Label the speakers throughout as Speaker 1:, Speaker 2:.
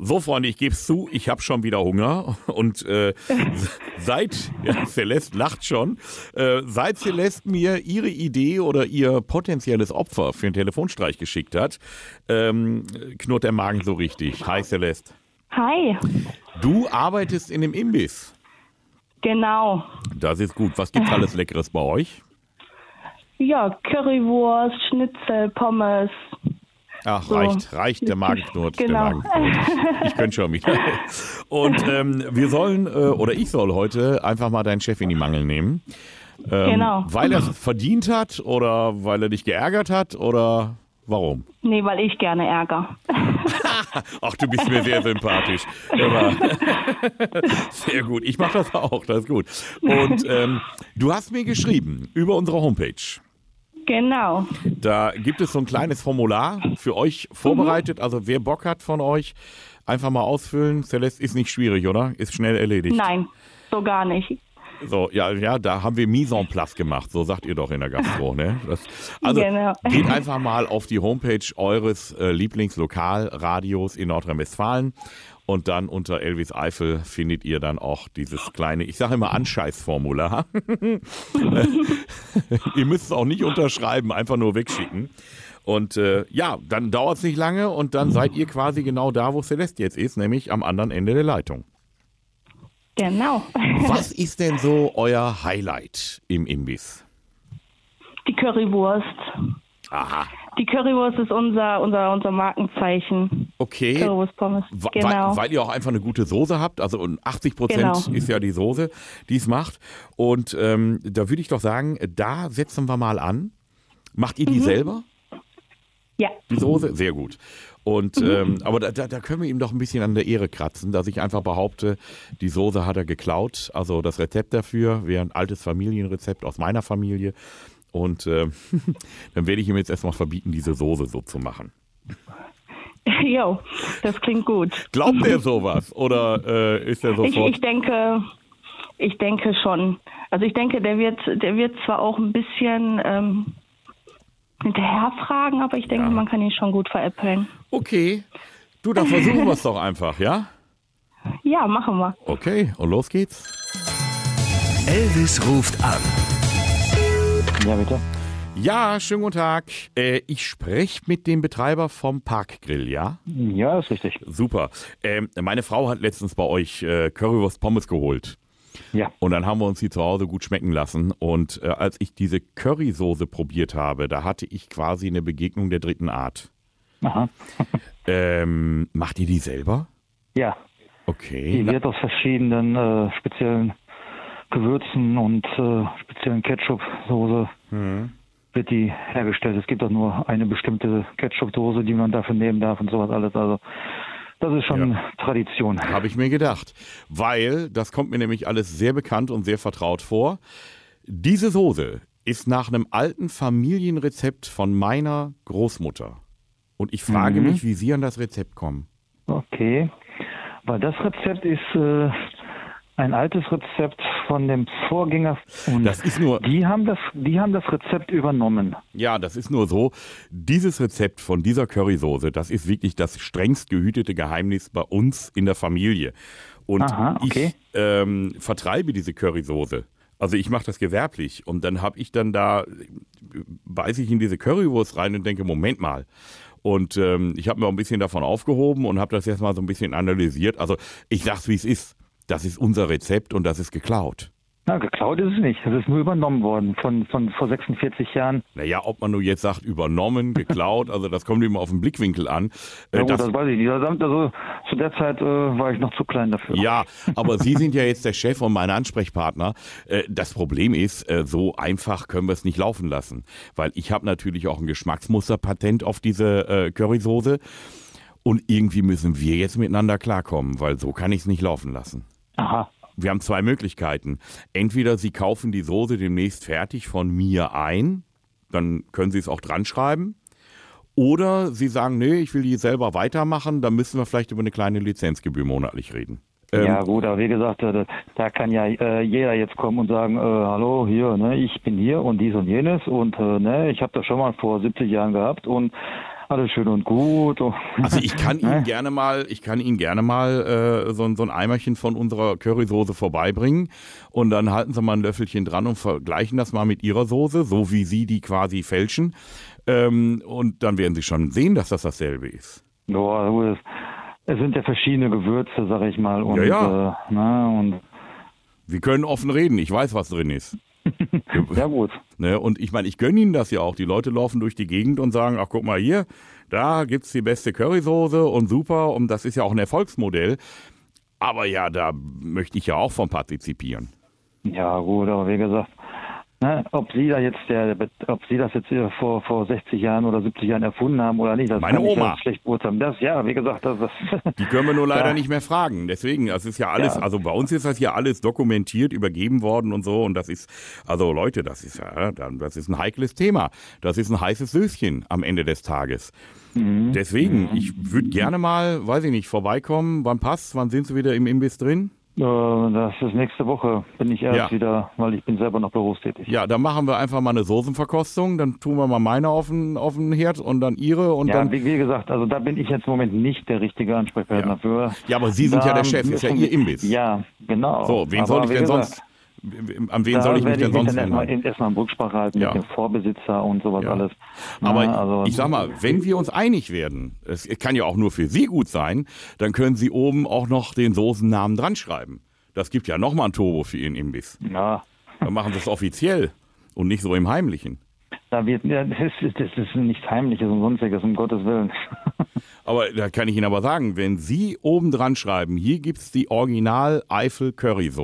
Speaker 1: So, Freunde, ich gebe es zu, ich habe schon wieder Hunger. Und äh, seit ja, Celeste lacht schon, äh, seit Celeste mir ihre Idee oder ihr potenzielles Opfer für einen Telefonstreich geschickt hat, ähm, knurrt der Magen so richtig. Hi Celeste.
Speaker 2: Hi,
Speaker 1: Du arbeitest in einem Imbiss.
Speaker 2: genau.
Speaker 1: Das ist gut. Was gibt's alles Leckeres bei euch?
Speaker 2: Ja, Currywurst, Schnitzel, Pommes.
Speaker 1: Ach, reicht, reicht, der Magen knurrt,
Speaker 2: Genau.
Speaker 1: der Magen knurrt. Ich könnte schon wieder. Und ähm, wir sollen, äh, oder ich soll heute einfach mal deinen Chef in die Mangel nehmen. Ähm,
Speaker 2: Genau.
Speaker 1: Weil er es verdient hat oder weil er dich geärgert hat oder warum?
Speaker 2: Nee, weil ich gerne Ärger.
Speaker 1: Ach, du bist mir sehr sympathisch. Aber sehr gut, ich mache das auch, das ist gut. Und ähm, du hast mir geschrieben über unsere Homepage.
Speaker 2: Genau.
Speaker 1: Da gibt es so ein kleines Formular für euch vorbereitet. Also wer Bock hat von euch, einfach mal ausfüllen. Celeste ist nicht schwierig, oder? Ist schnell erledigt.
Speaker 2: Nein, so gar nicht.
Speaker 1: So, ja, ja, da haben wir Mise en place gemacht, so sagt ihr doch in der Gastro, ne? Das, also
Speaker 2: Genau.
Speaker 1: geht einfach mal auf die Homepage eures äh, Lieblingslokalradios in Nordrhein-Westfalen und dann unter Elvis Eifel findet ihr dann auch dieses kleine, ich sage immer Anscheißformular. ihr müsst es auch nicht unterschreiben, einfach nur wegschicken. Und äh, ja, dann dauert es nicht lange und dann seid ihr quasi genau da, wo Celeste jetzt ist, nämlich am anderen Ende der Leitung.
Speaker 2: Genau.
Speaker 1: Was ist denn so euer Highlight im Imbiss?
Speaker 2: Die Currywurst.
Speaker 1: Aha,
Speaker 2: Die Currywurst ist unser, unser, unser Markenzeichen.
Speaker 1: okay.
Speaker 2: Currywurst Pommes.
Speaker 1: Wa- Weil,
Speaker 2: Genau.
Speaker 1: weil ihr auch einfach eine gute Soße habt, also und 80 Prozent
Speaker 2: Genau.
Speaker 1: ist ja die Soße, die es macht. Und ähm, da würde ich doch sagen, da setzen wir mal an. Macht ihr die
Speaker 2: Mhm.
Speaker 1: selber,
Speaker 2: Ja,
Speaker 1: die Soße? Mhm, Sehr gut. Und ähm, aber da, da, da können wir ihm doch ein bisschen an der Ehre kratzen, dass ich einfach behaupte, die Soße hat er geklaut. Also das Rezept dafür wäre ein altes Familienrezept aus meiner Familie. Und ähm, dann werde ich ihm jetzt erstmal verbieten, diese Soße so zu machen.
Speaker 2: jo, das klingt gut.
Speaker 1: Glaubt er sowas? Oder äh, ist er
Speaker 2: Ich,
Speaker 1: sofort.
Speaker 2: ich denke, ich denke schon. Also ich denke, der wird, der wird zwar auch ein bisschen ähm, hinterherfragen, aber ich denke, man kann ihn schon gut veräppeln.
Speaker 1: Okay. Du, dann versuchen wir es doch einfach, ja?
Speaker 2: Ja, machen wir.
Speaker 1: Okay, und los geht's.
Speaker 3: Elvis ruft an.
Speaker 4: Ja, bitte.
Speaker 1: Ja, schönen guten Tag. Äh, ich spreche mit dem Betreiber vom Parkgrill, ja?
Speaker 4: Ja, ist richtig.
Speaker 1: Super. Ähm, meine Frau hat letztens bei euch äh, Currywurst Pommes geholt.
Speaker 4: Ja.
Speaker 1: Und dann haben wir uns die zu Hause gut schmecken lassen. Und äh, als ich diese Currysoße probiert habe, da hatte ich quasi eine Begegnung der dritten Art.
Speaker 4: Aha.
Speaker 1: Ähm, macht ihr die selber?
Speaker 4: Ja,
Speaker 1: Okay.
Speaker 4: die
Speaker 1: Na,
Speaker 4: wird aus verschiedenen äh, speziellen Gewürzen und äh, speziellen Ketchup-Soße
Speaker 1: Mhm.
Speaker 4: wird die hergestellt. Es gibt auch nur eine bestimmte Ketchup-Dose, die man dafür nehmen darf und sowas alles. Also das ist schon Tradition.
Speaker 1: Habe ich mir gedacht. Weil, das kommt mir nämlich alles sehr bekannt und sehr vertraut vor, diese Soße ist nach einem alten Familienrezept von meiner Großmutter. Und ich frage mich, wie Sie an das Rezept kommen.
Speaker 4: Okay. Weil das Rezept ist äh, ein altes Rezept von dem Vorgänger und
Speaker 1: Das ist nur,
Speaker 4: die haben das, die haben das Rezept übernommen.
Speaker 1: ja, das ist nur so, dieses Rezept von dieser Currysoße, das ist wirklich das strengst gehütete Geheimnis bei uns in der Familie. Und
Speaker 4: Aha, okay.
Speaker 1: ich ähm, vertreibe diese Currysoße. Also ich mache das gewerblich und dann habe ich dann da beiße ich in diese Currywurst rein und denke, Moment mal. Und ähm, ich habe mir auch ein bisschen davon aufgehoben und habe das jetzt mal so ein bisschen analysiert. Also ich sag's, wie es ist. Das ist unser Rezept und das ist geklaut.
Speaker 4: Na, geklaut ist es nicht. Das ist nur übernommen worden von, von vor 46 Jahren.
Speaker 1: Naja, ob man nur jetzt sagt, übernommen, geklaut, also das kommt immer auf den Blickwinkel an. Äh,
Speaker 4: Ja, gut,
Speaker 1: das-
Speaker 4: das, weiß ich nicht. Also, zu der Zeit äh, war ich noch zu klein dafür.
Speaker 1: Ja, aber Sie sind ja jetzt der Chef und mein Ansprechpartner. Äh, Das Problem ist, äh, so einfach können wir es nicht laufen lassen, weil ich habe natürlich auch ein Geschmacksmusterpatent auf diese äh, Currysoße und irgendwie müssen wir jetzt miteinander klarkommen, weil so kann ich es nicht laufen lassen.
Speaker 4: Aha.
Speaker 1: Wir haben zwei Möglichkeiten. Entweder Sie kaufen die Soße demnächst fertig von mir ein, dann können Sie es auch dran schreiben. Oder Sie sagen, nee, ich will die selber weitermachen, dann müssen wir vielleicht über eine kleine Lizenzgebühr monatlich reden. Ähm,
Speaker 4: ja, gut, aber wie gesagt, äh, da- da kann ja äh, jeder jetzt kommen und sagen, äh, hallo, hier, ne, ich bin hier und dies und jenes und äh, ne, ich habe das schon mal vor 70 Jahren gehabt und alles schön und gut.
Speaker 1: Also ich kann Ihnen gerne mal, ich kann Ihnen gerne mal äh, so, ein- so ein Eimerchen von unserer Currysoße vorbeibringen und dann halten Sie mal ein Löffelchen dran und vergleichen das mal mit Ihrer Soße, so wie Sie die quasi fälschen. Ähm, und dann werden Sie schon sehen, dass das dasselbe ist.
Speaker 4: Ja, so ist- es sind ja verschiedene Gewürze, sag ich mal. Und,
Speaker 1: Ja, ja.
Speaker 4: Äh, ne, und
Speaker 1: Sie können offen reden, ich weiß, was drin ist.
Speaker 4: ja gut.
Speaker 1: Ne? Und ich meine, ich gönne Ihnen das ja auch. Die Leute laufen durch die Gegend und sagen, ach guck mal hier, da gibt's die beste Currysoße und super und das ist ja auch ein Erfolgsmodell. Aber ja, da möchte ich ja auch von partizipieren.
Speaker 4: Ja gut, aber wie gesagt, ne, ob Sie da jetzt der, ob Sie das jetzt hier vor vor 60 Jahren oder 70 Jahren erfunden haben oder nicht, das
Speaker 1: Meine
Speaker 4: kann ich
Speaker 1: Oma.
Speaker 4: ja schlecht beurteilen. Das ja, wie gesagt, das, das
Speaker 1: Die können wir nur leider
Speaker 4: Ja.
Speaker 1: nicht mehr fragen. Deswegen, das ist ja alles,
Speaker 4: Ja.
Speaker 1: also bei uns ist das ja alles dokumentiert, übergeben worden und so. Und das ist, also Leute, das ist ja, dann- das ist ein heikles Thema. Das ist ein heißes Süßchen am Ende des Tages.
Speaker 4: Mhm.
Speaker 1: Deswegen, ich würde gerne mal, weiß ich nicht, vorbeikommen. Wann passt? Wann sind Sie wieder im Imbiss drin?
Speaker 4: Äh, Das ist nächste Woche, bin ich erst
Speaker 1: Ja.
Speaker 4: wieder, weil ich bin selber noch berufstätig.
Speaker 1: Ja, dann machen wir einfach mal eine Soßenverkostung. Dann tun wir mal meine auf den, auf den Herd und dann Ihre und
Speaker 4: Ja,
Speaker 1: dann.
Speaker 4: wie, wie gesagt, also da bin ich jetzt im Moment nicht der richtige Ansprechpartner
Speaker 1: Ja.
Speaker 4: für.
Speaker 1: Ja, aber Sie sind
Speaker 4: Da
Speaker 1: ja der Chef, ist ja
Speaker 4: müssen-
Speaker 1: Ihr Imbiss.
Speaker 4: Ja, genau.
Speaker 1: So, wen
Speaker 4: aber
Speaker 1: soll ich
Speaker 4: wie
Speaker 1: denn
Speaker 4: gesagt,
Speaker 1: sonst? An wen
Speaker 4: Da
Speaker 1: soll ich mich
Speaker 4: werde
Speaker 1: denn sonst
Speaker 4: dann
Speaker 1: ändern?
Speaker 4: erstmal, erstmal in Rücksprache halten
Speaker 1: Ja.
Speaker 4: mit dem Vorbesitzer und sowas
Speaker 1: Ja.
Speaker 4: alles.
Speaker 1: Aber
Speaker 4: Na, also,
Speaker 1: ich sag mal, wenn wir uns einig werden, es kann ja auch nur für Sie gut sein, dann können Sie oben auch noch den Soßennamen dran schreiben. Das gibt ja nochmal ein Turbo für Ihren Imbiss.
Speaker 4: Ja,
Speaker 1: Dann machen Sie es offiziell und nicht so im Heimlichen.
Speaker 4: da wird, ja, das, ist, das ist nichts Heimliches und Sonstiges, um Gottes Willen.
Speaker 1: Aber da kann ich Ihnen aber sagen, wenn Sie oben dran schreiben, hier gibt's die Original Eifel Currysoße.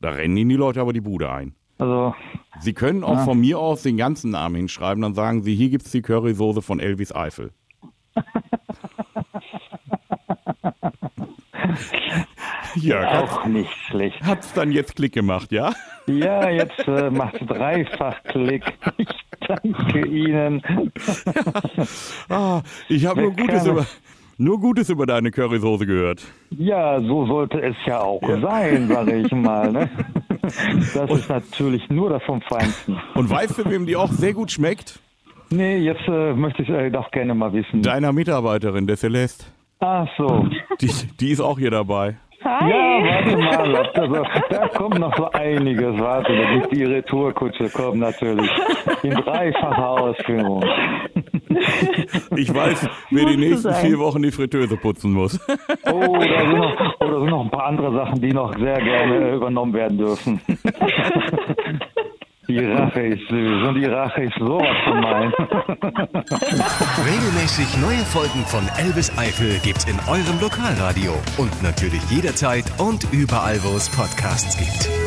Speaker 1: Da rennen Ihnen die Leute aber die Bude ein.
Speaker 4: Also,
Speaker 1: Sie können auch von mir aus den ganzen Namen hinschreiben, dann sagen Sie, hier gibt's die Currysoße von Elvis Eifel. Jörg, hat's,
Speaker 4: auch nicht schlecht.
Speaker 1: hat's dann jetzt Klick gemacht, ja?
Speaker 4: Ja, jetzt äh, macht dreifach Klick. Ich danke Ihnen.
Speaker 1: Ah, ich habe
Speaker 4: Wer
Speaker 1: nur Gutes
Speaker 4: kann-
Speaker 1: über nur Gutes über deine Currysoße gehört.
Speaker 4: Ja, so sollte es ja auch sein, sage ich mal. Ne? Das ist natürlich nur das vom Feinsten.
Speaker 1: Und weißt du, wem die auch sehr gut schmeckt?
Speaker 4: Nee, jetzt äh, möchte ich äh, doch gerne mal wissen.
Speaker 1: Deiner Mitarbeiterin, der Celeste.
Speaker 4: Ach so.
Speaker 1: Die, die ist auch hier dabei.
Speaker 2: Hi.
Speaker 4: Ja, warte mal. Also, da kommt noch so einiges. Warte, da gibt die Retourkutsche. Komm, natürlich. In dreifacher Ausführung.
Speaker 1: Ich weiß, wer
Speaker 2: Muss
Speaker 1: die
Speaker 2: so
Speaker 1: nächsten
Speaker 2: sein.
Speaker 1: vier Wochen die Fritteuse putzen muss.
Speaker 4: Oh, da sind, noch, oh, da sind noch ein paar andere Sachen, die noch sehr gerne äh, übernommen werden dürfen. Die Rache ist süß und die Rache ist sowas gemein.
Speaker 3: Regelmäßig neue Folgen von Elvis Eifel gibt's in eurem Lokalradio und natürlich jederzeit und überall, wo es Podcasts gibt.